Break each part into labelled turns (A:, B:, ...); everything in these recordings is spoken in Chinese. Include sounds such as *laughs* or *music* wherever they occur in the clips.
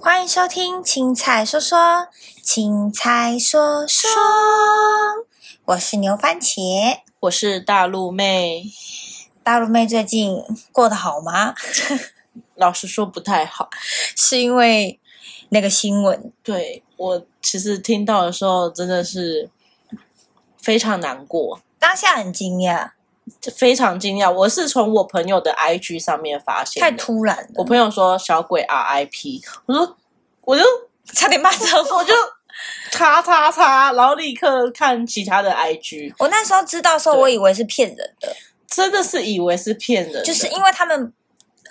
A: 欢迎收听《青菜说说》，青菜说说，我是牛番茄。
B: 我是大陆妹，
A: 大陆妹最近过得好吗？
B: 老实说不太好。
A: 是因为那个新闻，
B: 对我其实听到的时候真的是非常难过，
A: 当下很惊讶，
B: 非常惊讶。我是从我朋友的 IG 上面发现的，
A: 太突然
B: 我
A: 了，
B: 朋友说小鬼 RIP，我说我就
A: 差点骂脏话。
B: 我 *laughs* 就叉叉叉，然后立刻看其他的 IG，
A: 我那时候知道的时候，
B: 对
A: 我以为是骗人的，
B: 真的是以为是骗人的，
A: 就是因为他们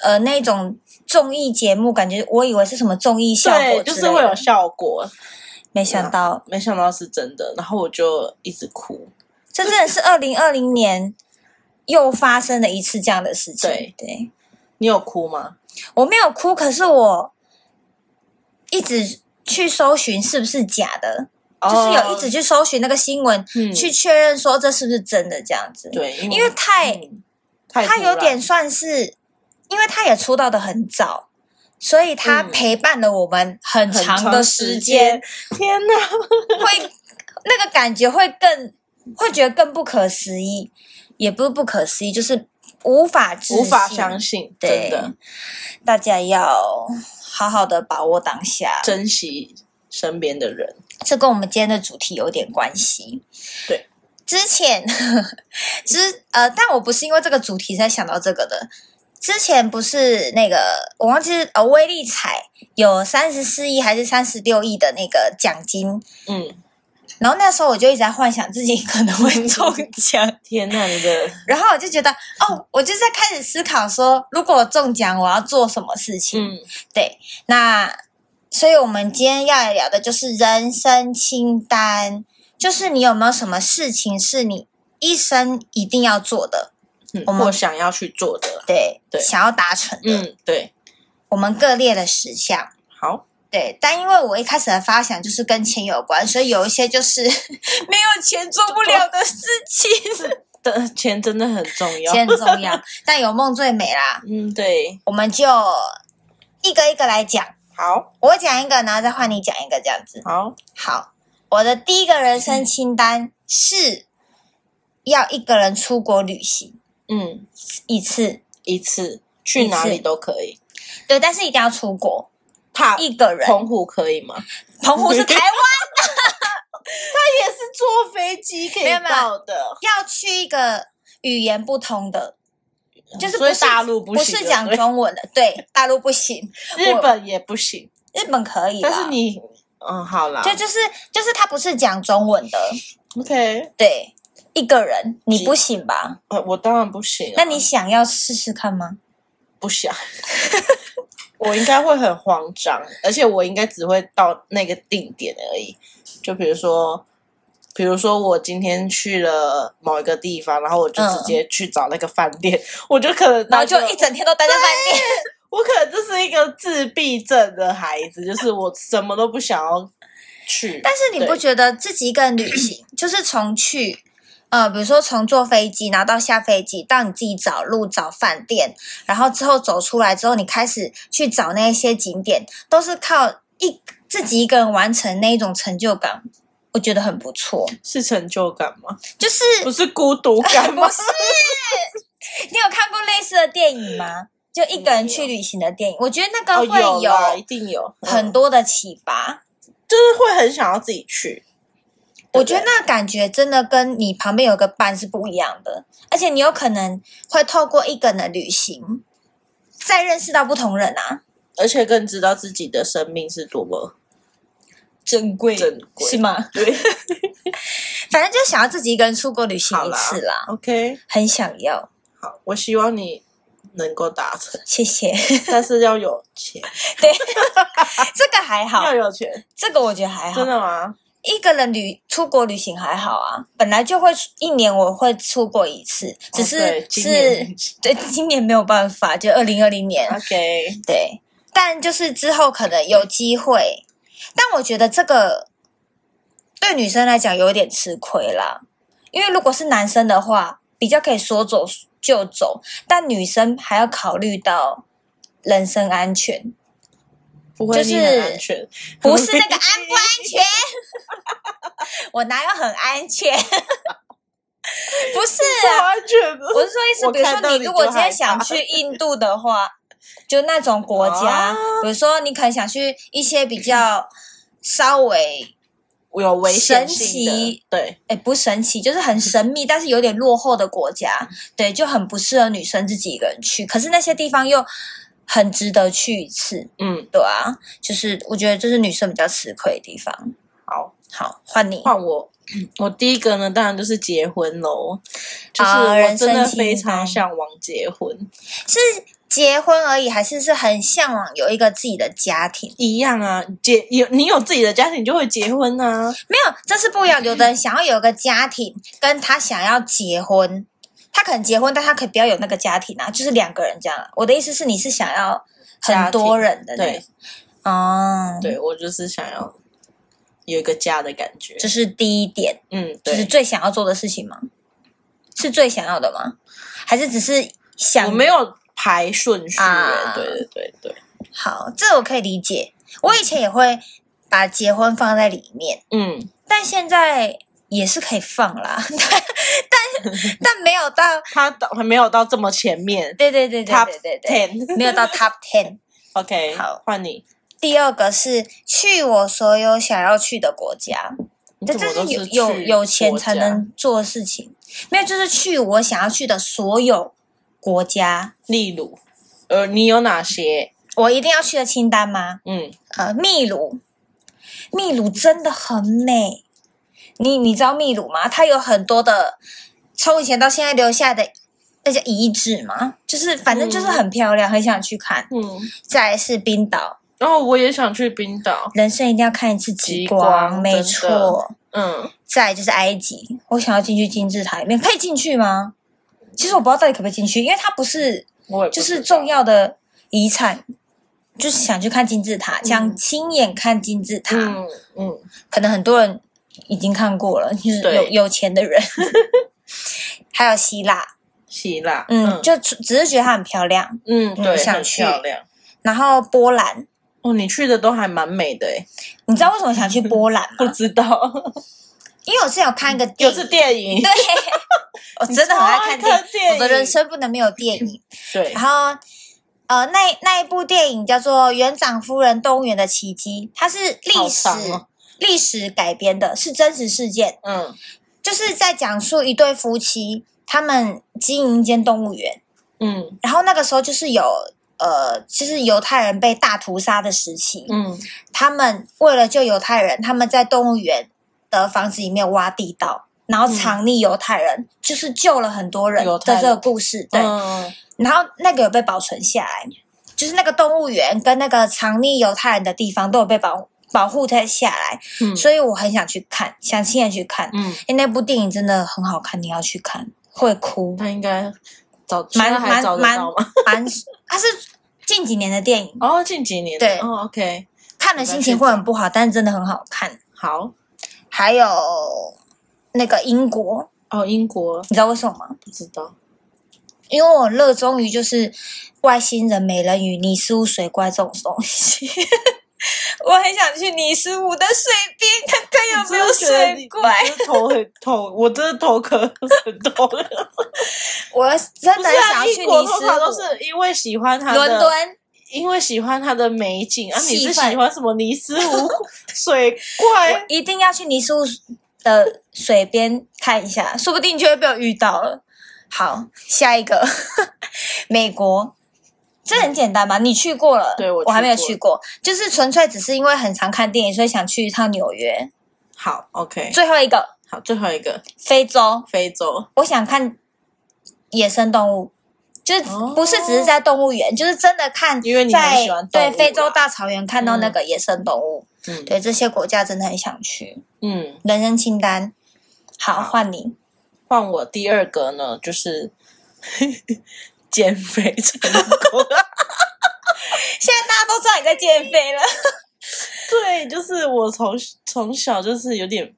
A: 呃那种综艺节目，感觉我以为是什么综艺效果
B: 对，就
A: 之类的，
B: 是会有啊效果，
A: 没想到
B: 没想到是真的，然后我就一直哭。
A: 这真的是二零二零年又发生了一次这样的事情。
B: 对
A: 对
B: 你有哭吗？
A: 我没有哭，可是我一直去搜寻是不是假的，就是有一直去搜寻那个新闻，
B: 哦嗯
A: 去确认说这是不是真的这样子。，
B: 对，
A: 因为太
B: 嗯太
A: 他
B: 突
A: 有
B: 然
A: 点算是，因为他也出道的很早。所以他
B: 嗯
A: 陪伴了我们很
B: 很
A: 长的时间，，
B: 天哪！
A: 会那个感觉会更会觉得更不可思议，也不是不可思议，就是无法置信
B: 无法相信，真
A: 对
B: 的，
A: 大家要好好的把握当下，
B: 珍惜身边的人。
A: 这跟我们今天的主题有点关系。
B: 对，
A: 之前 *laughs* 之呃，但我不是因为这个主题才想到这个的。之前不是那个我忘记是呃威力彩有三十四亿还是三十六亿的那个奖金，
B: 嗯，
A: 然后那时候我就一直在幻想自己可能会中
B: *laughs*
A: 奖，
B: 天哪，你的
A: 然后我就觉得哦，我就在开始思考说，如果我中奖，我要做什么事情？
B: 嗯，
A: 对，那所以我们今天要来聊的就是人生清单，就是你有没有什么事情是你一生一定要做的？
B: 嗯
A: 我们
B: 我想要去做的啦，
A: 对，
B: 对
A: 想要达成的，
B: 嗯，对，
A: 我们各列了十项。
B: 好，
A: 对，但因为我一开始的发想就是跟钱有关，所以有一些就是 *laughs* 没有钱做不了的事
B: *laughs*
A: 情，
B: 的钱真的很重要，
A: 钱很重要，但有梦最美啦。
B: 嗯，对，
A: 我们就一个一个来讲，
B: 好，
A: 我讲一个，然后再换你讲一个，这样子。
B: 好，
A: 好，我的第一个人生清单是要一个人出国旅行
B: 嗯，
A: 一次，
B: 一次去哪
A: 一
B: 里
A: 次
B: 都可以，
A: 对，但是一定要出国，
B: 怕
A: 一个人。
B: 澎湖可以吗？
A: 澎湖是台湾，
B: 也是坐飞机可
A: 没有没有
B: 的，
A: 要去一个语言不通的，就是不
B: 嗯所以
A: 是
B: 大陆
A: 不
B: 不行
A: 是
B: 就
A: 讲
B: 对
A: 中文的，对，大陆不行，
B: 日本也不行，
A: 日本可以啦，
B: 但是你，嗯，好啦
A: 就就是就是他不是讲中文的，
B: ，OK，
A: 对，一个人你不行吧？
B: 呃，我当然不行啊，
A: 那你想要试试看吗？
B: 不想， *laughs* 我应该会很慌张，而且我应该只会到那个定点而已。就比如说，比如说我今天去了某一个地方，然后我就
A: 嗯
B: 直接去找那个饭店，我就可能
A: 然后
B: 那
A: 就
B: 个
A: 一整天都待在饭店，
B: 我可能就是一个自闭症的孩子，就是我什么都不想要去。
A: 但是你不
B: 对
A: 觉得自己一个人旅
B: *clears throat*
A: 行，就是从去，呃，比如说从坐飞机，然后到下飞机，到你自己找路、找饭店，然后之后走出来之后，你开始去找那一些景点，都是靠一自己一个人完成那一种成就感，我觉得很不错。
B: 是成就感吗？
A: 就是
B: 不是
A: *laughs*
B: 孤独感
A: 不
B: 吗？
A: 是，你有看过类似的电影吗？就一个人
B: 没
A: 去
B: 有
A: 旅行的电影，我觉得那
B: 哦，
A: 个会
B: 有
A: 有
B: 啦一定有，嗯
A: 很多的启发。
B: 就是会很想要自己去。
A: 我
B: 对不
A: 觉得那感觉真的跟你旁边有个伴是不一样的，而且你有可能会透过一个人的旅行，再认识到不同人啊，
B: 对而且更知道自己的生命是多么
A: 珍贵
B: 珍贵
A: 是吗？
B: 对
A: 反正就想要自己一个人出国旅行一次啦，
B: *laughs* OK，
A: 很想要，，
B: 好，我希望你能够达成 *laughs*
A: 谢谢。
B: 但是要有钱，
A: 这个还好
B: 要，有钱，
A: 这个我觉得还好
B: 真，的吗？
A: 一个人旅出国旅行还好啊，本来就会出一年我会出国一次，只是、
B: 哦对今
A: 是
B: 年。
A: 对今年没有办法，就二零二零年
B: *laughs* OK，
A: 对，但就是之后可能有机会，但我觉得这个对女生来讲有点吃亏啦，因为如果是男生的话，比较可以说走就走，但女生还要考虑到人身安全，
B: 不
A: 就
B: 会，
A: 是
B: 你很安全，
A: 不是那
B: *laughs* 啊
A: 个安不安全？ *laughs* 我哪有很安全？ *laughs* 不是
B: 不
A: 啊，
B: 安全的。 *laughs*
A: 我是说意思，
B: 我
A: 比如
B: 看到
A: 说
B: 你
A: 你如果
B: 就
A: 今天
B: 害
A: 想
B: 怕
A: 去印度的话， *laughs* 就那种国家，
B: 啊
A: 比如说你可能想去一些比较稍微。
B: 我有危险性
A: 神
B: 的
A: 奇，
B: 对，
A: 哎，不神奇，就是很神秘，但是有点落后的国家，对，就很不适合女生自己一个人去。可是那些地方又很值得去一次，
B: 嗯，
A: 对啊，就是我觉得这是女生比较吃亏的地方。
B: 好，
A: 好，换你，
B: 换我。 *clears throat* 我第一个呢，当然就是结婚喽，就是
A: 啊
B: 我
A: 人
B: 真的
A: 生清
B: 非
A: 单
B: 常向往结婚，
A: 是结婚而已，还是是很向往有一个自己的家庭？
B: 一样啊，结有你有自己的家庭，你就会结婚啊。
A: 没有，这是不一样。有
B: *laughs*
A: 的人想要有个家庭，跟他想要结婚，他可能结婚，但他可以不要有那个家庭啊，就是两个人这样啊。我的意思是，你是想要很多人的那
B: 对
A: 种。哦，，
B: 对，我就是想要有一个家的感觉。
A: 这是第一点，
B: 嗯，
A: 就是
B: 对，
A: 最想要做的事情吗？是最想要的吗？还是只是想？
B: 我没有排顺序耶、
A: 啊
B: 对对对对，
A: 好，这我可以理解。我以前也会把结婚放在里面，
B: 嗯，
A: 但现在也是可以放啦， *laughs* 但但但没有到。
B: 他到还没有到这么前面
A: 对对对对
B: ，Top
A: 对对对。
B: Ten
A: 没有到 top ten。
B: OK，
A: 好，
B: 换你，
A: 第二个是去我所有想要去的国家，
B: 你
A: 这
B: 怎
A: 就
B: 么都
A: 是有
B: 去
A: 有有钱
B: 国
A: 才
B: 家
A: 能做的事情，没有就是去我想要去的所有国家。
B: 例如，呃，你有哪些？
A: 我一定要去的清单吗？
B: 嗯，
A: 呃，秘鲁，秘鲁真的很美。你你知道秘鲁吗？它有很多的从以前到现在留下的那叫遗址吗？就是反正就是很漂亮，很想去看。
B: 嗯，
A: 再来是冰岛，
B: 然后我也想去冰岛，
A: 人生一定要看一次极
B: 极
A: 光，
B: 光
A: 没
B: 真的
A: 错。
B: 嗯，
A: 再来就是埃及，我想要进去金字塔里面，可以进去吗？其实我不知道到底可不可以进去，因为它不是
B: 我也不
A: 就是
B: 知道
A: 重要的遗产，就是想去看金字塔，想亲眼看金字塔。
B: 嗯嗯，
A: 可能很多人已经看过了，就是
B: 对
A: 有有钱的
B: *laughs*
A: 人。还有希腊，
B: 希腊，
A: 嗯，就只只是觉得它很漂亮。
B: 嗯，对，
A: 嗯想
B: 很
A: 去
B: 漂亮。
A: 然后波兰，
B: 哦，你去的都还蛮美的诶，
A: 你知道为什么想去波兰
B: 不 *laughs*
A: 吗？
B: 知道，
A: 因为我之前有看一个电
B: 又
A: 影，
B: 是电影， *laughs*
A: 对，我真的很爱看
B: 超爱看
A: 电影，我的
B: 电影
A: 人生不能没有电影。
B: 对
A: 然，后，呃，那那一部电影叫做《园长夫人动物园的奇迹》，它是历
B: 好
A: 史、
B: 长哦
A: 历史改编的，是真实事件，
B: 嗯
A: 就是在讲述一对夫妻他们经营一间动物园，
B: 嗯
A: 然后那个时候就是有。呃，就是犹太人被大屠杀的时期，
B: 嗯，
A: 他们为了救犹太人，他们在动物园的房子里面挖地
B: 嗯
A: 道，然后藏匿犹太人，就是救了很多人
B: 犹
A: 的
B: 太人
A: 这个故事。对，
B: 嗯
A: 然后那个有被保存下来，就是那个动物园跟那个藏匿犹太人的地方都有被保保护在下来，
B: 嗯，
A: 所以我很想去看，想亲眼去看。
B: 嗯，
A: 因为那部电影真的很好看，你要去看，会
B: *laughs*
A: 哭，
B: 他应该找，现在
A: 蛮
B: 还
A: 蛮
B: 找得
A: 蛮
B: 到吗？
A: 蛮，它是近几年的电影， *laughs*
B: 哦，近几年的，
A: 对
B: 哦，OK，
A: 看了心情会很不好，但是真的很好看。
B: 好，
A: 还有那个英国，
B: 哦，英国
A: 你知道为什么吗？
B: 不知道，
A: 因为我热衷于就是外星人、美人鱼、尼斯湖水怪这种东西。 *laughs* 我很想去尼斯湖的水边看看有没有水怪。
B: 我真的觉得你，你真的头很痛，我真的头壳很
A: *laughs*
B: 痛。不
A: 我真的
B: 是
A: 很
B: 啊，
A: 想要去
B: 英国
A: 尼
B: 通
A: 斯
B: 常都
A: 湖。
B: 是因为喜欢它的，
A: 伦敦，
B: 因为喜欢它的美景啊。你
A: 气
B: 是
A: 氛
B: 喜欢什么尼斯湖水
A: *laughs*
B: 怪？
A: 一定要去尼斯湖的水边看一下，说不定就会被我遇到了。好，下一个， *laughs* 美国。这很简单吧？你去过了，
B: 对我
A: 还没有
B: 去过
A: 去过，就是纯粹只是因为很常看电影，所以想去一趟纽约。
B: 好，OK，
A: 最后一个，
B: 好，最后一个
A: 非洲，
B: 非洲，
A: 我想看野生动物，就是
B: 哦
A: 不是只是在动物园，就是真的看在，
B: 因为你很喜欢动物
A: 对
B: 啊啦
A: 非洲大草原看到那个野生动物，
B: 嗯
A: 对这些国家真的很想去。
B: 嗯，
A: 人生清单，好，
B: 好
A: 换你。
B: 换我第二个呢，就是 *laughs* 减肥成功。
A: *laughs* 现在大家都知道你在减肥了， *laughs*
B: 对，就是我从 *laughs* 从小就是有点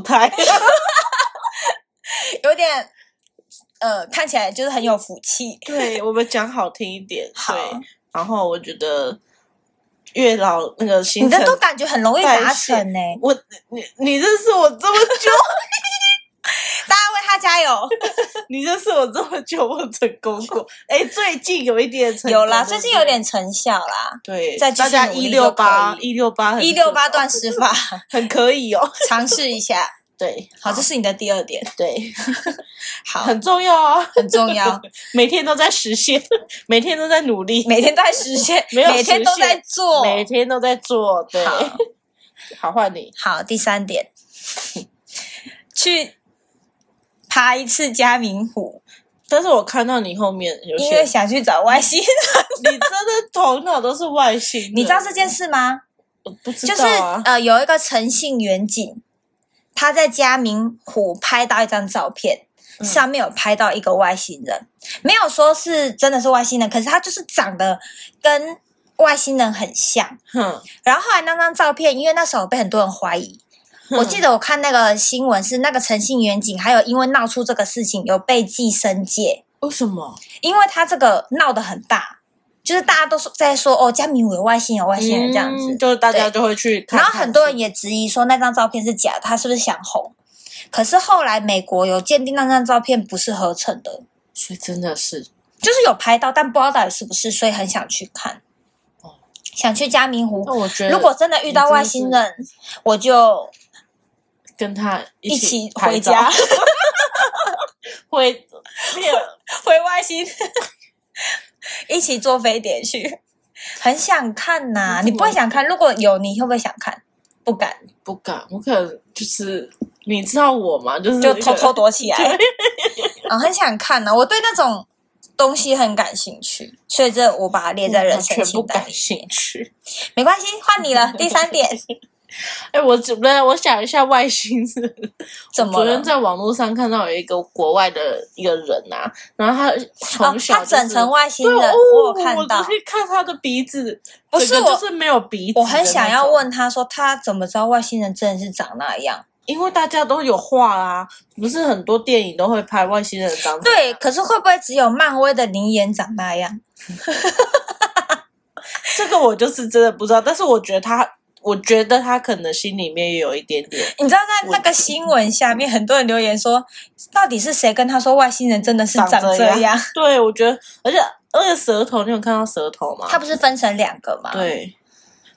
A: *laughs*
B: 胎，
A: 有点呃，看起来就是很有福气。
B: 对我们讲好听一点，
A: 好
B: 对。然后我觉得月老那个行
A: 你的
B: 程
A: 都感觉很容易达成呢、
B: 我你你认识我这么 *laughs* 久，
A: 大家为他加
B: *laughs*
A: 油！
B: 你认识我这么久，我成
A: *laughs*
B: 功过。哎，最近有一点成功，
A: 有啦，
B: 对
A: 最
B: 不
A: 近
B: 对
A: 有点成效啦。
B: 对，
A: 再继
B: 大
A: 续
B: 家
A: 努
B: 一
A: 力
B: 六
A: 就
B: 八
A: 可
B: 一六八
A: 一六八断食法， *laughs*
B: 很可以哦。
A: 尝试一下。
B: 对，
A: 好，这是你的第二点，
B: 对，
A: 好，
B: 很重要啊，
A: 很重要，
B: *laughs* 每天都在实现， *laughs* 每天都在努力，
A: 每天都在实现，
B: 没有
A: 每天都在做。
B: 每天都在做。对，
A: 好
B: 好换你，
A: 好，第三点，去爬一次嘉明湖，
B: 但是我看到你后面有
A: 因为
B: 些，
A: 想去找外星。
B: 你真的头脑都是外星人，
A: *laughs* 你知道这件事吗？
B: 我不嗯知
A: 就是
B: 道啊？
A: 呃，有一个陈姓远景，他在嘉明湖拍到一张照片，
B: 嗯
A: 上面有拍到一个外星人，没有说是真的是外星人，可是他就是长得跟外星人很像。
B: 哼，
A: 然后后来那张照片，因为那时候被很多人怀疑。我记得我看那个新闻是那个陈姓远景，还有因为闹出这个事情有被寄生界，
B: 为什么？
A: 因为他这个闹得很大，就是大家都说在说哦，嘉明湖有外星人，有外星人这样子，
B: 嗯就是大家
A: 对
B: 就会去看看，
A: 然后很多人也质疑说那张照片是假的，他是不是想红？可是后来美国有鉴定那张照片不是合成的，
B: 所以真的是
A: 嗯就是有拍到，但不知道到底是不是，所以很想去看
B: 哦，
A: 想去嘉明湖
B: 那。我觉得，
A: 如果真的遇到外星人，我就
B: 跟他
A: 一起
B: 拍
A: 回
B: 照
A: 家，
B: *laughs* 会没有
A: *laughs* 回外星，一起坐飞碟去。很想看呐、
B: 嗯
A: 你不会想看？如果有，你会不会想看？不敢，
B: 不敢，我可能就是你知道我嘛，就是
A: 就
B: 嗯一个
A: 偷偷躲起
B: *laughs*
A: 来。
B: 对
A: 啊，很想看呢、我对那种东西很感兴趣，所以这我把它列在人
B: 完
A: 生
B: 全不
A: 清单
B: 感
A: 里。
B: 兴趣。
A: 没关系，换你
B: *laughs*
A: 了。第三点，
B: 哎，我只不我想一下外星人。
A: 怎么
B: 昨
A: 了
B: 天？在网络上看到有一个国外的一个人啊，然后他
A: 哦
B: 从，小、
A: 他
B: 就是
A: 整成外星
B: 对
A: 人，
B: 哦，
A: 我有
B: 我
A: 看到
B: 只。是看他的鼻子，
A: 不是
B: 整个
A: 我
B: 就是没有鼻子。
A: 我很想要，问他说，他怎么知道外星人真的是长那样？
B: 因为大家都有画啊，不是很多电影都会拍外星人长怎
A: 对，
B: 样，
A: 可是会不会只有漫威的灵眼长那样？
B: 这个我就是真的不知道，但是我觉得他，我觉得他可能心里面也有一点点。
A: 你知道在那个新闻下面，很多人留言说，到底是谁跟他说外星人真的是长
B: 长这
A: 这
B: 样
A: 样？
B: 对，我觉得，而且而且舌头，你有看到舌头吗？
A: 他不是分成两个吗？。
B: 对，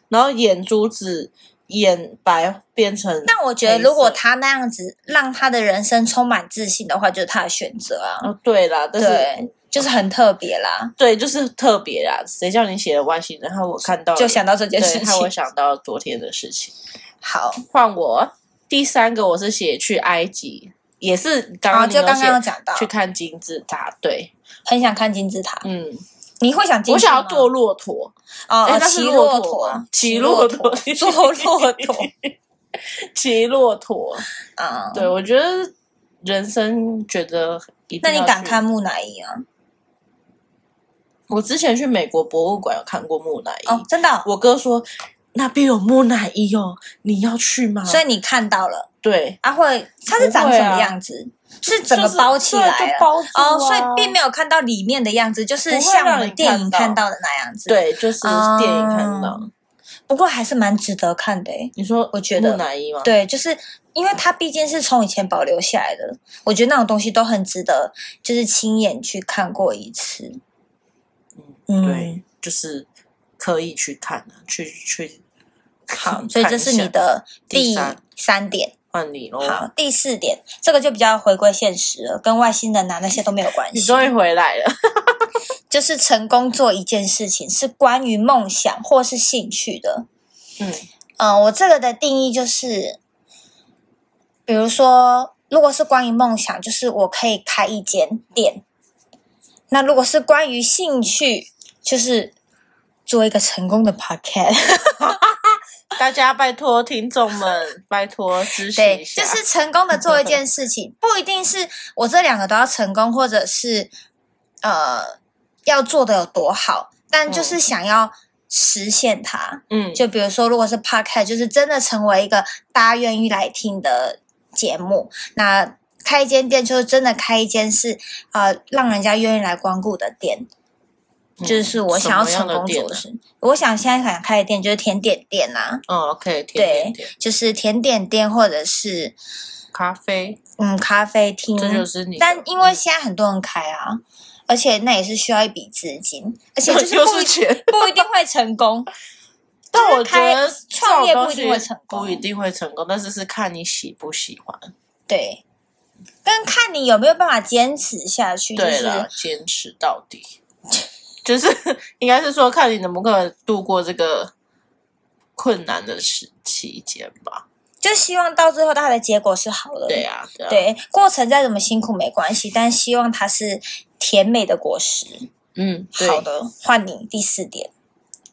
B: 然后眼珠子眼白变成，
A: 但我觉得，
B: 黑
A: 如果
B: 色
A: 他那样子让他的人生充满自信的话，就是他的选择啊。
B: 哦对啦，但是
A: 对，就是很特别啦。
B: 对就是特别啦，谁叫你写的外星人？然后我看到
A: 就想到这件事
B: 对，害我
A: 情。
B: 想到昨天的事情。
A: 好，
B: 换我第三个，我是写去埃及，也是刚
A: 然后
B: 刚你
A: 哦就
B: 有
A: 刚
B: 写
A: 刚有讲到，
B: 去看金字塔，对，
A: 很想看金字塔。
B: 嗯，
A: 你会想进
B: 我
A: 去
B: 想
A: 吗？
B: 要坐骆驼，
A: 哦，
B: 哎
A: 哦
B: 那是
A: 骑
B: 骆
A: 骆
B: 驼吧
A: 驼，
B: 骑
A: 骆
B: 骆驼 *laughs*
A: 坐骆驼。
B: 骑骆驼。
A: 啊，
B: *laughs* 对，我觉得人生觉得一定
A: 那你
B: 要
A: 敢
B: 去
A: 看？木乃伊啊？
B: 我之前去美国博物馆有看过木乃伊，
A: 哦，真的哦。
B: 我哥说那边有木乃伊哦，你要去吗？
A: 所以你看到了，
B: 对，
A: 啊会，它是长
B: 不会
A: 什
B: 啊
A: 么样子？是整
B: 就
A: 个
B: 是
A: 包起来
B: 对就
A: 了。
B: 包住啊
A: 哦，所以并没有看到里面的样子，就
B: 不
A: 是
B: 会
A: 像我
B: 让你
A: 们电影
B: 看
A: 看
B: 到
A: 到的那样子。
B: 对，就是
A: 哦
B: 电影看到。
A: 不过还是蛮值得看的诶。
B: 你说
A: 我觉得
B: 木乃伊吗？，
A: 对，就是因为它毕竟是从以前保留下来的，我觉得那种东西都很值得，就是亲眼去看过一次。
B: 嗯，
A: 嗯
B: 对，就是可以去看啊，去去。
A: 好，所以这是你的
B: 第
A: 第
B: 三哦
A: 三点。
B: 换你喽。
A: 好，第四点，这个就比较回归现实了，跟外星人啊那些都没有关
B: 你
A: 系。
B: 终于回来了，
A: 就是成功做一件事情，是关于梦想或是兴趣的。
B: 嗯，
A: 嗯，我这个的定义就是，比如说，如果是关于梦想，就是我可以开一间店；那如果是关于兴趣，就是做一个成功的
B: *laughs*
A: podcast。
B: 大家拜托听众们，拜托支持
A: 对，
B: 一下。
A: 就是成功的做一件事情，不一定是我这两个都要成功，或者是呃要做的有多好，但就是想要实现它。
B: 嗯，
A: 就比如说，如果是 podcast，就是真的成为一个大家愿意来听的节目。那开一间店，就是真的开一间是呃，让人家愿意来光顾的店。就是我想要成功
B: 嗯什么样
A: 做
B: 的
A: 的
B: 店啊
A: 事。我想现在想开的店就是甜点店啊，
B: 哦，OK，甜
A: 对
B: 点店、
A: 就是甜点店或者是
B: 咖啡，
A: 嗯咖啡厅，
B: 这就是你的。
A: 但因为现在很多人开啊，而且那也是需要一笔资金，而且
B: *laughs*
A: 就是
B: 又
A: 不
B: 是
A: 一
B: 钱，
A: 不一定会成功。
B: 但我
A: 就是
B: 觉
A: 开
B: 得
A: 创业
B: 这
A: 不一
B: 种
A: 定会成
B: 东
A: 功
B: 西不一定会成功，但是是看你喜不喜欢。
A: 对，跟看你有没有办法坚持下去，就
B: 对
A: 是
B: 了，坚持到底，就是 *laughs* 应该是说看你能不能度过这个困难的时期间吧。
A: 就希望到最后它的结果是好的。
B: 对啊，对啊，
A: 对，过程再怎么辛苦没关系，但希望它是甜美的果实。
B: 嗯，对
A: 好。的，换你第四点，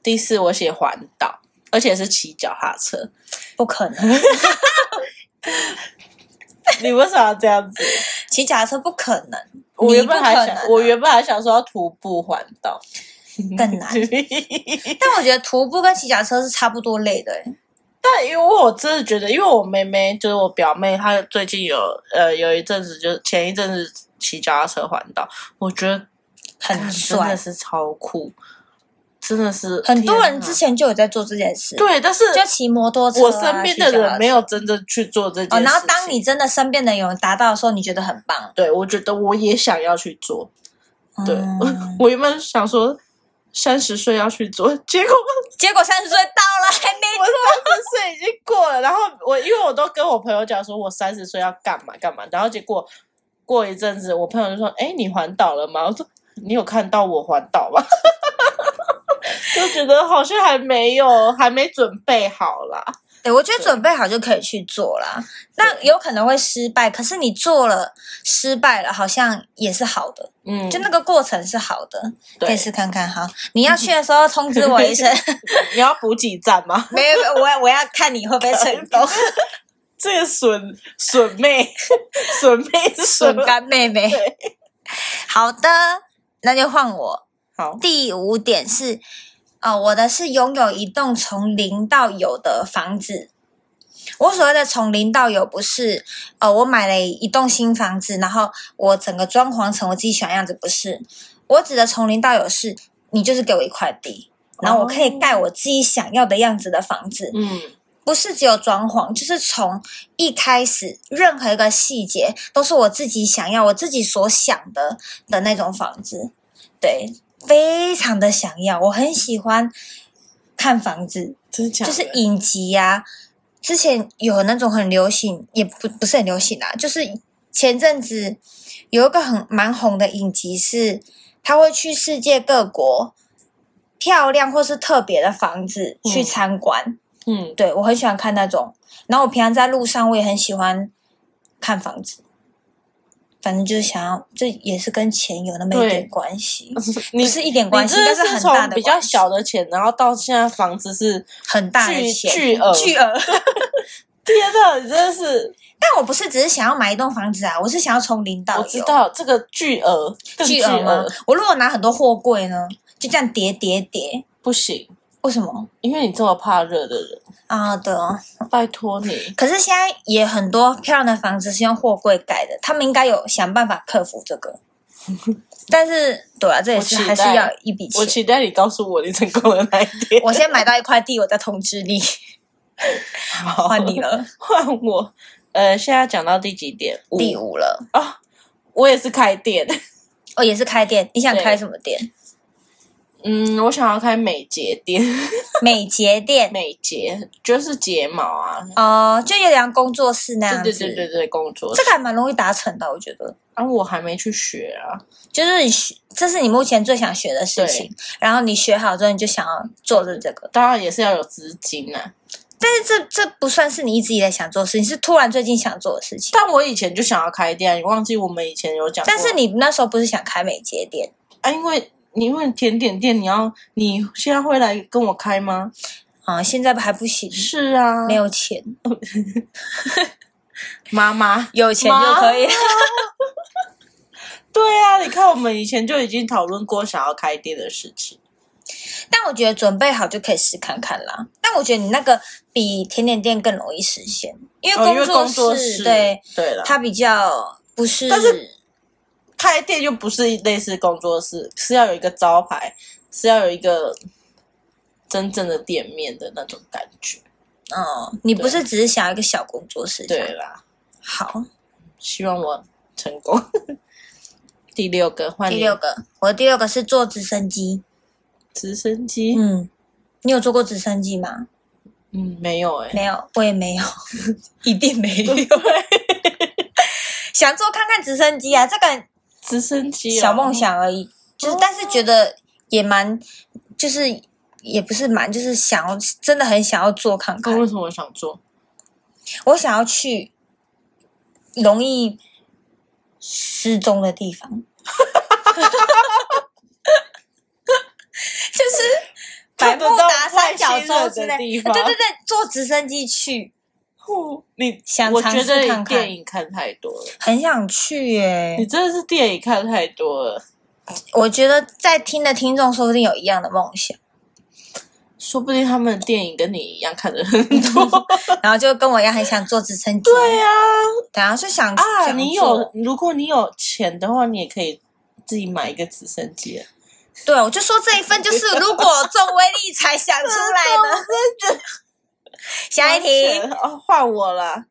B: 第四，我写环岛，而且是骑脚踏车。 *laughs*
A: 不可能，
B: 你为什么要这样子？
A: 骑脚踏车不可能，
B: 我原本还
A: 你不可能啊
B: 想，我原本还想说要徒步环岛， *laughs* 嗯
A: 更难。但我觉得徒步跟骑脚踏车是差不多累的、
B: 啊
A: 欸，
B: 但因为我真的觉得，因为我妹妹就是我表妹，她最近有呃有一阵子就前一阵子骑脚踏车环岛，我觉得
A: 很
B: 干真
A: 帅
B: 的。是超酷，真的是
A: 很多人
B: 天哪
A: 之前就有在做这件事，
B: 对，但是
A: 就骑摩托车、啊。
B: 我身边的
A: 骑脚踏
B: 人
A: 车
B: 没有真正去做这件事情。
A: 哦，然后当你真的身边的有人达到的时候，你觉得很棒。
B: 对我觉得我也想要去做，对、
A: 嗯
B: *laughs* 我原本想说三十岁要去做，结果
A: 结果三十岁到了还没
B: 我 *laughs* 三十岁已经过了，然后我因为我都跟我朋友讲说，我三十岁要干嘛干嘛，然后结果过一阵子，我朋友就说：“哎，你环岛了吗？”我说：“你有看到我环岛吗？” *laughs* 就觉得好像还没有，还没准备好啦。
A: 对，我觉得准备好就可以去做啦。那有可能会失败，可是你做了失败了，好像也是好的，
B: 嗯，
A: 就那个过程是好的，可
B: 对
A: 以，试看看哈。你要去的时候通知我一
B: *laughs*
A: 声， *laughs*
B: 你要补给站吗？ *laughs*
A: 没有，没有我要我要看你会不会成功。 *laughs*
B: 这个笋笋妹， *laughs* 笋妹是什
A: 笋
B: 么？
A: 干妹妹
B: 对。
A: 好的，那就换我。
B: 好，
A: 第五点是，呃，我的是拥有一栋从零到有的房子。我所谓的从零到有，不是呃，我买了一栋新房子，然后我整个装潢成我自己喜欢的样子，不是。我指的从零到有是，你就是给我一块地，然后我可以盖我自己想要的样子的房子。
B: 嗯，
A: 不是只有装潢，就是从一开始任何一个细节都是我自己想要、我自己所想的的那种房子，对，非常的想要，我很喜欢看房子，
B: 真的假
A: 就
B: 的？
A: 是影集呀、之前有那种很流行，也不不是很流行啊，就是前阵子有一个很蛮红的影集是，他会去世界各国漂亮或是特别的房子去
B: 嗯
A: 参观。
B: 嗯，
A: 对我很喜欢看那种。然后我平常在路上，我也很喜欢看房子。反正就是想要，这也是跟钱有那么一点
B: 对嗯
A: 关系，
B: 你
A: 不是一点关系，
B: 你
A: 但
B: 真的
A: 很大
B: 从
A: 的
B: 比较
A: 关系
B: 小的钱，然后到现在房子是
A: 很大的
B: 巨
A: 钱
B: 巨额
A: *laughs* 巨额。
B: 天呐，你真的是
A: 但我不是只是想要买一栋房子啊，我是想要从零到
B: 我
A: 有，
B: 知道这个巨额，更
A: 巨
B: 巨
A: 额吗？我如果拿很多货柜呢，就这样叠叠叠，
B: 不行，
A: 为什么
B: 因为你这么怕热的人，
A: 啊？对哦，
B: 拜托你，
A: 可是现在也很多漂亮的房子是用货柜盖的，他们应该有想办法克服这
B: *laughs*
A: 个。但是，对啊，这也是
B: 我期
A: 还
B: 待
A: 是要一笔
B: 我
A: 钱。
B: 期待你告诉我你成功的那一天。
A: 我先买到一块地，我再通知
B: *laughs*
A: 你，
B: 好
A: 换你，了，
B: 换我。呃，现在讲到第几点？
A: 第
B: 五
A: 五了。
B: 哦，我也是开店，
A: 哦，也是开店，你想
B: 对
A: 开什么店？
B: 嗯，我想要开美睫店，
A: 美睫店
B: 美睫就是睫毛啊，
A: 哦、就有点像工作室那样子。
B: 对对对对对，工作
A: 这个还蛮容易达成的，我觉得。
B: 啊，我还没去学啊，
A: 就是你学，这是你目前最想学的事
B: 对
A: 情，然后你学好之后，你就想要做的这个。
B: 当然也是要有资金啊。
A: 但是这这不算是你一直以来想做的事情，是突然最近想做的事情。
B: 但我以前就想要开店，啊你忘记我们以前有讲过？
A: 但是你那时候不是想开美睫店？
B: 啊，因为你因为甜点店，你要你现在会来跟我开吗？
A: 啊、现在还不行，
B: 是啊，
A: 没有钱，
B: 妈妈。
A: 有钱就可以。
B: 对啊，你看我们以前就已经讨论过想要开店的事情。
A: *laughs* 但我觉得准备好就可以试看看啦。但我觉得你那个比甜点店更容易实现，因
B: 哦，因为
A: 为
B: 工
A: 工
B: 作
A: 作
B: 室
A: 对
B: 对了，
A: 它比较不是，
B: 但是开店就不是类似工作室，是要有一个招牌，是要有一个真正的店面的那种感觉。
A: 哦，你不是只是想要一个小工作室？
B: 对，啦，
A: 好，
B: 希望我成功。 *laughs* 第六个换
A: 第
B: 你
A: 六个，我的第六个是坐直升机。
B: 直升机，嗯
A: 嗯，你有坐过直升机吗？
B: 没有哎、
A: 没有，我也没有， *laughs* 一定没
B: *laughs*
A: 有。 *laughs* 想坐看看直升机啊，这个
B: 直升机、哦
A: 小梦，想而已，就是但是觉得也蛮，就是也不是蛮，就是想要真的很想要坐看看
B: 那。为什么我想做？
A: 我想要去容易失踪的地方， *laughs* 就是百
B: 看
A: 慕
B: 得到
A: 达三角洲
B: 外
A: 之
B: 星人
A: 类
B: 的。
A: 对
B: 地方，
A: 对对，坐直升机去，
B: 哦你
A: 想
B: 我
A: 尝
B: 觉
A: 试
B: 得
A: 看
B: 你
A: 看
B: 电影看太多了，
A: 很想去耶、
B: 你真的是电影看太多了。
A: 我觉得在听的听众说不定有一样的梦想，
B: 说不定他们的电影跟你一样看的很
A: *laughs*
B: 多。
A: 然后就跟我一样很想坐直升机。
B: 对呀、
A: 然后就想
B: 啊，啊，
A: 啊想
B: 你
A: 坐
B: 有，如果你有钱的话，你也可以自己买一个直升机了。
A: 对，我就说这一份
B: *laughs*
A: 就是如果中威力才想出来的。下一题，
B: 哦，换我了。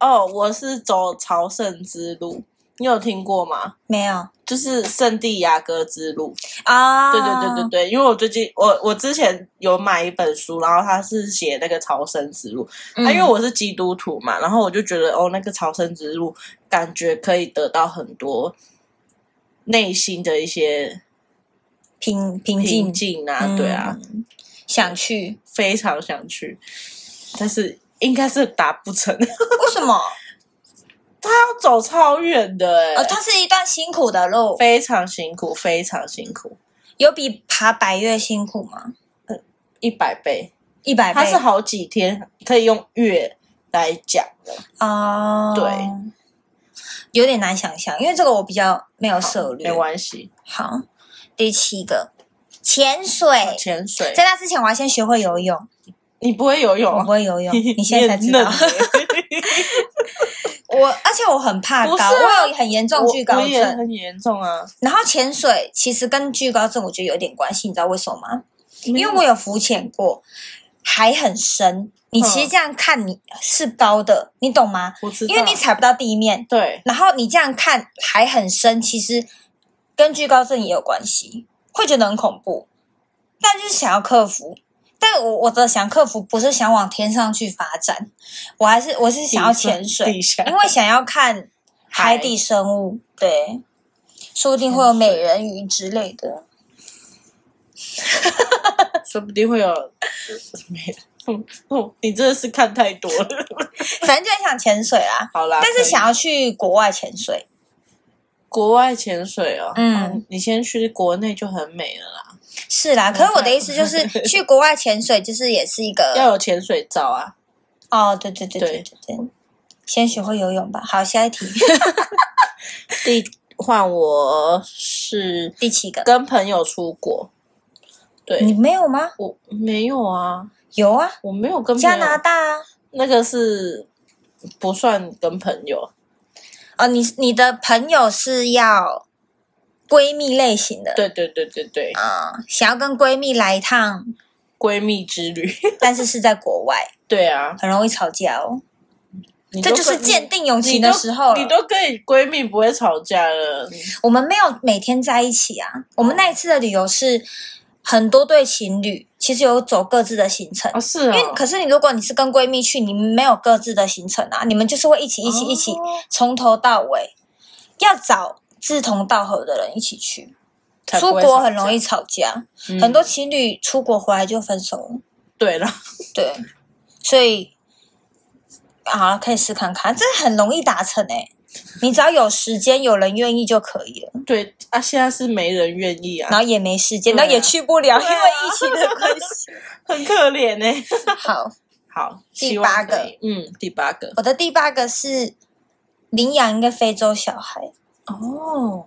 B: 哦，我是走朝圣之路，你有听过吗？
A: 没有
B: 就是圣地亚哥之路。
A: 啊？
B: 对对对对对，因为我最近我我之前有买一本书，然后它是写那个朝圣之路，
A: 嗯
B: 啊，因为我是基督徒嘛，然后我就觉得哦，那个朝圣之路感觉可以得到很多内心的一些
A: 嗯平平
B: 平
A: 静，
B: 静啊，
A: 嗯
B: 对啊，，
A: 想去，
B: 非常想去，但是应该是达不成， *laughs*
A: 为什么？
B: 他要走超远的哎、
A: 哦，它是一段辛苦的路，
B: 非常辛苦，非常辛苦，
A: 有比爬百越辛苦吗？
B: 一百倍，
A: 一百
B: 它
A: 倍
B: 是好几天，可以用月来讲的。
A: 哦，
B: 对，
A: 有点难想象，因为这个我比较没有涉猎
B: 没。关系，
A: 好，第七个，潜水。
B: 潜水
A: 在那之前，我要先学会游泳。
B: 你不会游泳
A: 我
B: 啊
A: 不，会游泳，
B: *laughs*
A: 你现在才知
B: 很
A: 道
B: 嫩。欸
A: *laughs* 我而且我很怕
B: 不是
A: 高，
B: 啊
A: 我有很严重惧
B: 我
A: 高
B: 我也
A: 症。
B: 很严重啊，
A: 然后潜水其实跟惧高症我觉得有点关系，你知道为什么吗？
B: 嗯
A: 因为我有浮潜过，海很深，你其实
B: 嗯
A: 这样看你是高的，你懂吗？
B: 我知道，
A: 因为你踩不到地面，
B: 对
A: 然后你这样看海很深，其实跟惧高症也有关系，会觉得很恐怖，但就是想要克服。但我我的想克服不是想往天上去发展，我还是我是想要潜水，
B: 地下
A: 因为想要看海底生物，对，说不定会有美人鱼之类的。
B: 说不定会有没了。嗯哦，你真的是看太多了。 *laughs*
A: 反正就很想潜水啦，
B: 好啦，
A: 但
B: 可以
A: 是想要去国外潜水，
B: 国外潜水哦，
A: 嗯
B: 嗯，你先去国内就很美了啦，
A: 是啦。可是我的意思就是
B: *laughs*
A: 去国外潜水，就是也是一个
B: 要有潜水照啊。
A: 哦，对对对对
B: 对
A: 对对，先学会游泳吧。好，下一
B: *laughs*
A: 题，
B: 第换我是
A: 第七个，
B: 跟朋友出国，对、
A: 你没有吗？
B: 我没有啊，
A: 有啊，
B: 我没有跟朋友
A: 加拿大啊。
B: 那个是不算跟朋友，
A: 哦，你你的朋友是要闺蜜类型的，
B: 对对对对对，
A: 啊、想要跟闺蜜来一
B: *laughs*
A: 趟，
B: 闺蜜之旅， *laughs*
A: 但是是在国外，
B: 对啊，
A: 很容易吵架哦。
B: 你
A: 这
B: 都
A: 就是
B: 跟
A: 鉴定友
B: 你
A: 情
B: 都
A: 的时候
B: 你
A: 了。
B: 都跟你闺蜜不会吵架了，
A: 我们没有每天在一起啊，我们那一次的旅游是很多对情侣，其实有走各自的行程。
B: 哦是啊、
A: 因为可是你如果你是跟闺蜜去，你们没有各自的行程啊，你们就是会一起一起一起、
B: 哦
A: 从头到尾，要找志同道合的人一起去。
B: 才
A: 出
B: 不会
A: 国
B: 吵
A: 很容易
B: 架、
A: 吵架，
B: 嗯
A: 很多情侣出国回来就分手了。
B: 对了，
A: 对，所以啊，可以试看看，这很容易达成诶、你只要有时间，有人愿意就可以了，
B: 对啊，现在是没人愿意
A: 然
B: 啊，
A: 后也没时间，
B: 对啊
A: 然后也去不了，因
B: 对啊
A: 为疫情
B: *laughs*
A: 的关系。
B: 很可怜呢、
A: 好，
B: 好，
A: 第
B: 希望
A: 八个
B: 可以，嗯，第八个
A: 我的第八个是领养一个非洲小孩。
B: 哦，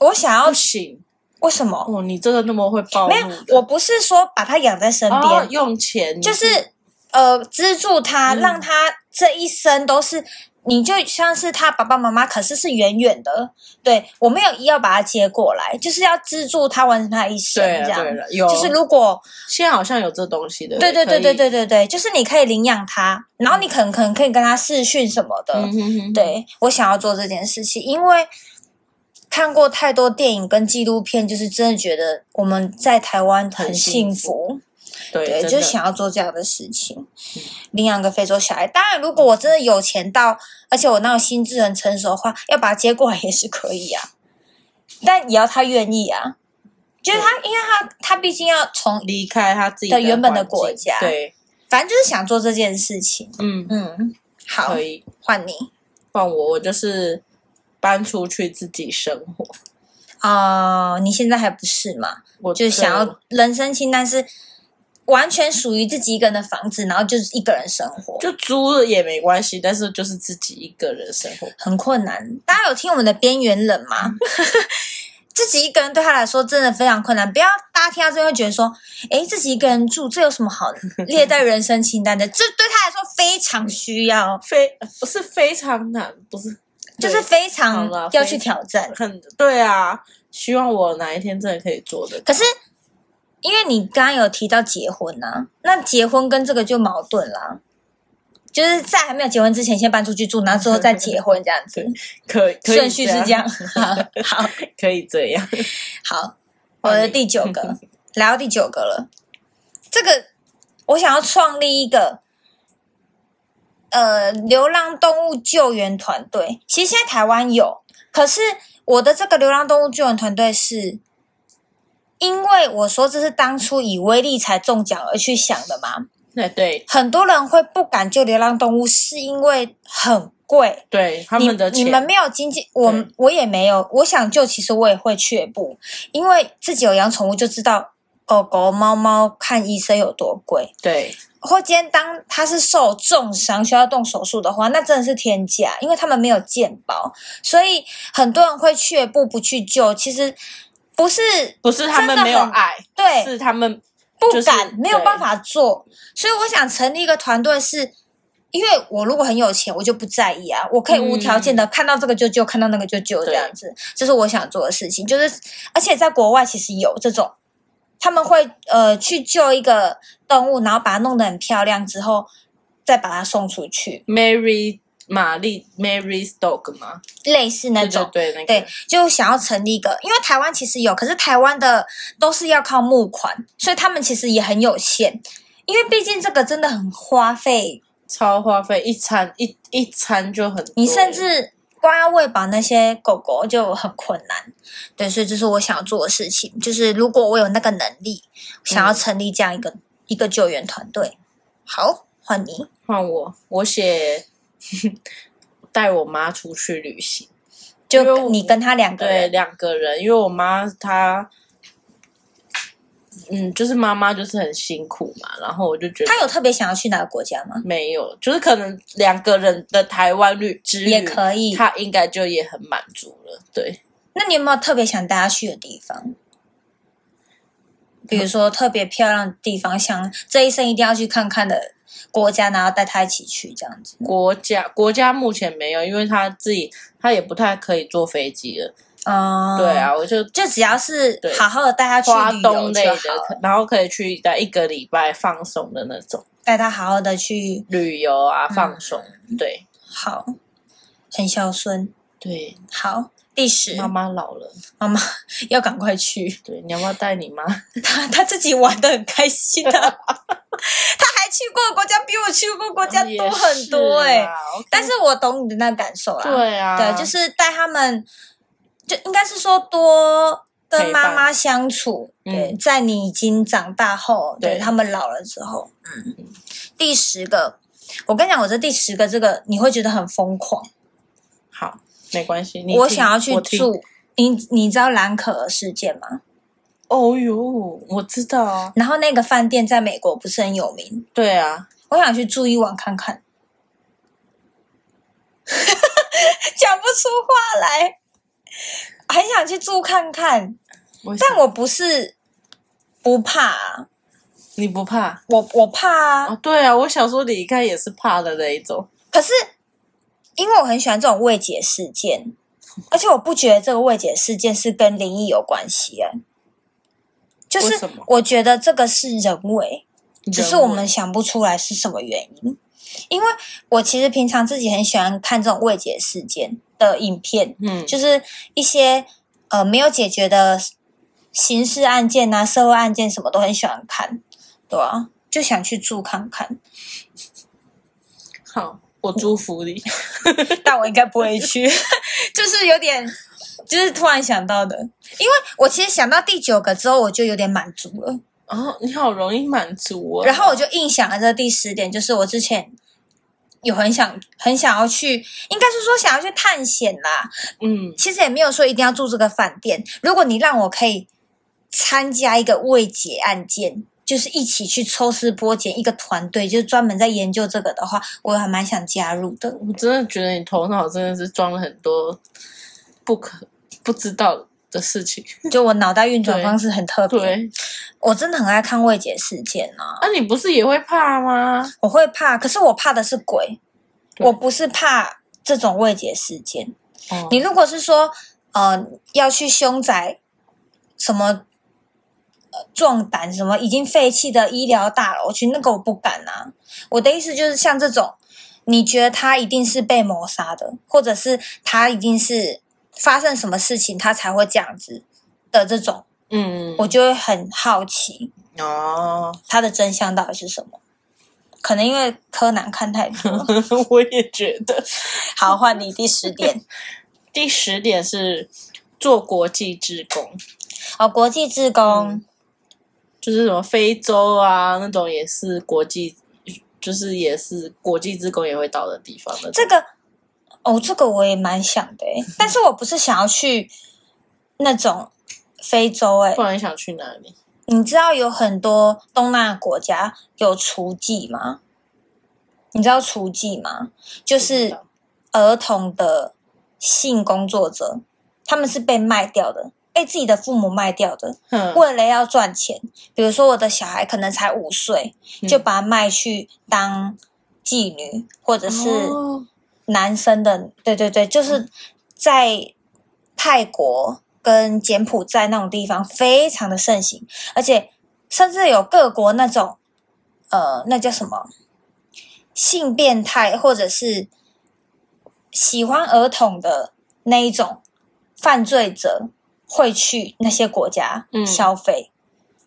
A: 我想要
B: 不哦行
A: 为什么？
B: 哦，你这个那么会暴
A: 没
B: 露的，
A: 有，我不是说把它养在身边，
B: 哦用钱
A: 就是呃资助它，
B: 嗯
A: 让它这一生都是你就像是他爸爸妈妈，可是是远远的，对我没有一要把他接过来，就是要资助他完成他一生
B: 对
A: 这
B: 了
A: 样
B: 对。了，啊有，
A: 就是如果
B: 现在好像有这东西的，
A: 对对对对
B: 可以，
A: 对对对，就是你可以领养他，然后你可能可能可以跟他视讯什么的，
B: 嗯哼哼，
A: 对我想要做这件事情，因为看过太多电影跟纪录片，就是真的觉得我们在台湾很
B: 很
A: 幸
B: 幸
A: 福，
B: 对，
A: 对，
B: 真
A: 就
B: 的嗯
A: 想要做这样的事情，领养个非洲小孩。当然，如果我真的有钱到，而且我那种心智很成熟的话，要把他接过来也是可以啊，但也要他愿意啊。就是他，因为他他毕竟要从，
B: 离开他自己
A: 对原本的
B: 环境
A: 国家
B: 对，
A: 反正就是想做这件事情。
B: 嗯，
A: 嗯，好
B: 可，以
A: 换你
B: 换我，我就是搬出去自己生活，
A: 哦、你现在还不是吗？
B: 我
A: 就是想
B: 对
A: 要人生清单是完全属于自己一个人的房子，然后就是一个人生活，
B: 就租了也没关系，但是就是自己一个人生活，
A: 很困难。大家有听我们的边缘人
B: *laughs*
A: 吗？自己一个人对他来说真的非常困难。不要大家听到这边会觉得说，诶，自己一个人住这有什么
B: *laughs*
A: 好列在人生清单的？这对他来说非常需要，
B: 非不是非常难，不是
A: 就是非常
B: 好了
A: 要去
B: 非常
A: 挑战
B: 对。很对啊，希望我哪一天真的可以做的，
A: 可是，因为你刚刚有提到结婚呐、那结婚跟这个就矛盾啦，就是在还没有结婚之前先搬出去住，然后之后再结婚这样子，
B: 可可以啊
A: 顺序是这样。 *laughs* 好
B: 可以这样， *laughs*
A: 好，我的第九个，来到第九个了，这个我想要创立一个。呃，流浪动物救援团队，其实现在台湾有，可是我的这个流浪动物救援团队是，因为我说这是当初以威力才中奖而去想的嘛，
B: 对对
A: 很多人会不敢救流浪动物，是因为很贵。
B: 对，他
A: 你
B: 们的
A: 你
B: 钱
A: 们没有经济，我
B: 对
A: 我也没有。我想救，其实我也会却步，因为自己有养宠物就知道狗狗、猫猫看医生有多贵。
B: 对
A: 或今天当它是受重伤需要动手术的话，那真的是天价，因为他们没有健保，所以很多人会却步不去救。其实不是
B: 不是他
A: 真
B: 们
A: 的
B: 没有
A: 很
B: 爱，
A: 对，
B: 是他们
A: 不
B: 就是
A: 敢，没有
B: 对
A: 办法做。所以我想成立一个团队是，因为我如果很有钱，我就不在意啊，我可以无条件的看到这个就救，看到那个就救，这
B: 嗯对
A: 样子，这是我想做的事情。就是，而且在国外其实有这种，他们会呃去救一个动物，然后把它弄得很漂亮之后，再把它送出去，
B: Mary 玛丽 Mary Stoke 吗？
A: 类似那
B: 对
A: 种
B: 对。对，那个
A: 对，就想要成立一个，因为台湾其实有，可是台湾的都是要靠募款，所以他们其实也很有限，因为毕竟这个真的很花费，
B: 超花费一餐一一餐就很多，
A: 你甚至光要喂饱那些狗狗就很困难。对，所以这是我想做的事情，就是如果我有那个能力，想
B: 嗯
A: 要成立这样一个、一个救援团队。好，换你。
B: 换我，我写 *laughs* 带我妈出去旅行，因为
A: 就
B: 我
A: 你跟他两个
B: 对，
A: 人，
B: 两个人，因为我妈她。嗯，就是妈妈就是很辛苦嘛，然后我就觉得
A: 他有特别想要去哪个国家吗？
B: 没有，就是可能两个人的台湾旅之旅，
A: 也可以。
B: 她应该就也很满足了，对，
A: 那你有没有特别想带他去的地方？比如说特别漂亮的地方，想这一生一定要去看看的国家，然后带他一起去这样子。
B: 国家国家目前没有，因为她自己她也不太可以坐飞机了，
A: 嗯，
B: 对，啊，我就
A: 就只要是
B: 对
A: 好好的带他去
B: 花
A: 旅游
B: 东类
A: 就
B: 的
A: 好了，，
B: 然后可以去在一个礼拜放松的那种
A: 带他好好的去，
B: 旅游啊，放松。
A: 嗯
B: 对
A: 好，很孝顺。
B: 对，
A: 好，第十，
B: 妈妈老了，
A: 妈妈要赶快去， *laughs*
B: 对，你要不要带你妈？
A: 他他自己玩的很开心
B: *laughs*
A: 的、啊，他还去过的国家比我去过的国家多很多哎、
B: 也是啦，OK
A: 但是我懂你的那感受啦，
B: 对啊，
A: 对，就是带他们，就应该是说多跟
B: 陪
A: 妈
B: 伴
A: 妈相处。对，
B: 嗯
A: 在你已经长大后，对
B: 对
A: 他们老了之后，嗯，第十个，我跟你讲，我这第十个这个你会觉得很疯狂。
B: 好，没关系。你
A: 我
B: 听
A: 想要去。
B: 我听
A: 住，你你知道蓝可儿事件吗？
B: 哦哟，我知道啊，
A: 然后那个饭店在美国不是很有名，
B: 对啊，
A: 我想去住一晚看看。 *laughs* 讲不出话来，很想去住看看。
B: 我
A: 但我不是不怕、啊，
B: 你不怕
A: 我我怕啊。
B: 哦哦？对啊，我想说你应该也是怕的那一种。
A: 可是因为我很喜欢这种未解事件，而且我不觉得这个未解事件是跟灵异有关系哎，就
B: 为
A: 是
B: 什么
A: 我觉得这个是人为，只是
B: 人
A: 我
B: 为
A: 们想不出来是什么原因。因为我其实平常自己很喜欢看这种未解事件的影片，
B: 嗯
A: 就是一些呃没有解决的刑事案件啊、社会案件什么都很喜欢看，对啊，就想去住看看，
B: 好，我祝福你。 *laughs*
A: 但我应该不会去， *laughs* 就是有点，就是突然想到的，因为我其实想到第九个之后，我就有点满足了，
B: 哦，你好容易满足哦。
A: 然后我就硬想了这第十点，就是我之前。有很想很想要去，应该是说想要去探险啦，
B: 嗯，
A: 其实也没有说一定要住这个饭店。如果你让我可以参加一个未解案件，就是一起去抽丝剥茧一个团队，就是专门在研究这个的话，我还蛮想加入的。
B: 我真的觉得你头脑真的是装了很多不可不知道的事情。
A: 就我脑袋运转方式很特别，
B: 对，
A: 我真的很爱看未解事件啊，
B: 那、你不是也会怕吗？
A: 我会怕，可是我怕的是鬼，
B: 对
A: 我不是怕这种未解事件。
B: 哦
A: 你如果是说呃要去凶宅什么呃壮胆什么已经废弃的医疗大楼去，那个我不敢啊。我的意思就是像这种，你觉得他一定是被谋杀的，或者是他一定是发生什么事情他才会这样子的这种，
B: 嗯，
A: 我就会很好奇
B: 哦， *laughs*
A: 他的真相到底是什么。可能因为柯南看太
B: *laughs*
A: 多。
B: 我也觉得。
A: 好，换你第十点。
B: 第十点是做国际志工，
A: 哦，国际志工。
B: 嗯就是什么非洲啊那种也是国际，就是也是国际志工也会到的地方的。
A: 这个哦，这个我也蛮想的欸，
B: 嗯
A: 但是我不是想要去那种非洲诶，
B: 不然你想去哪里？
A: 你知道有很多东南亚国家有雏妓吗？你知道雏妓吗？就
B: 不知
A: 是
B: 道
A: 儿童的性工作者，他们是被卖掉的，被自己的父母卖掉的，
B: 哼
A: 为了要赚钱。比如说我的小孩可能才五岁，
B: 嗯
A: 就把他卖去当妓女，或者是、
B: 哦
A: 男生的，对对对，就是在泰国跟柬埔寨那种地方非常的盛行，而且甚至有各国那种呃，那叫什么性变态或者是喜欢儿童的那一种犯罪者会去那些国家
B: 嗯
A: 消费，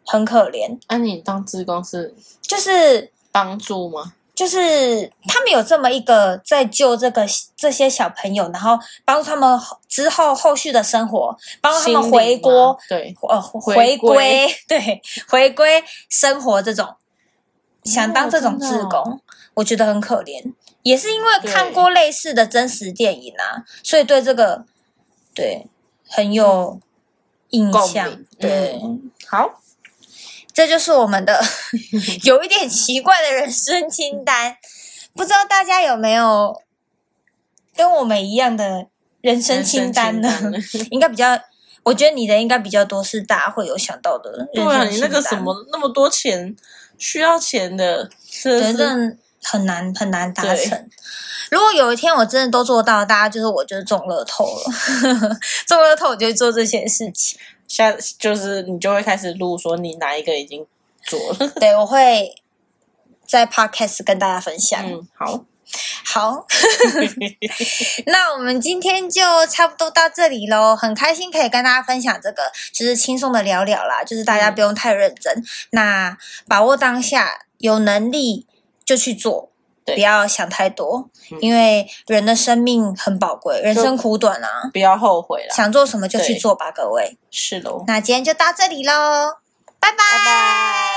A: 很可怜，
B: 那、啊你当志工是
A: 就是
B: 帮助吗？
A: 就是他们有这么一个在救这个这些小朋友，然后帮助他们之后后续的生活，帮助他们回国，
B: 心灵吗，
A: 呃，
B: 回
A: 回
B: 归
A: 归， *laughs* 对，回归生活这种，想当这种
B: 真的
A: 志
B: 哦
A: 工，我觉得很可怜，也是因为看过类似的真实电影啊，所以对这个对很有印
B: 共
A: 象
B: 鸣，嗯
A: 对。
B: 对，好，
A: 这就是我们的 *laughs* 有一点奇怪的人生清单。不知道大家有没有跟我们一样的人生清单呢？
B: 人生清
A: *laughs* 应该比较，我觉得你的应该比较多是大家会有想到的人
B: *laughs* 对
A: 生清
B: 啊，
A: 单。
B: 你那个什，么那么多钱，需要钱的，真的
A: 真
B: 是
A: 的很难很难达
B: 对
A: 成。如果有一天我真的都做到，大家就是我就是中乐透了， *laughs* 中乐透我就会做这些事情。
B: 下就是你就会开始录说你哪一个已经做了。
A: 对，我会在 podcast 跟大家分享。
B: 嗯，好，
A: 好， *laughs* 那我们今天就差不多到这里喽，很开心可以跟大家分享这个，就是轻松的聊聊啦，就是大
B: 嗯
A: 家不用太认真，那把握当下，有能力就去做。
B: 对
A: 不要想太多，
B: 嗯
A: 因为人的生命很宝贵，人生苦短啊，
B: 不要后悔啦。
A: 想做什么就去
B: 对
A: 做吧，各位。
B: 是喽，
A: 那今天就到这里喽，拜拜
B: 拜拜。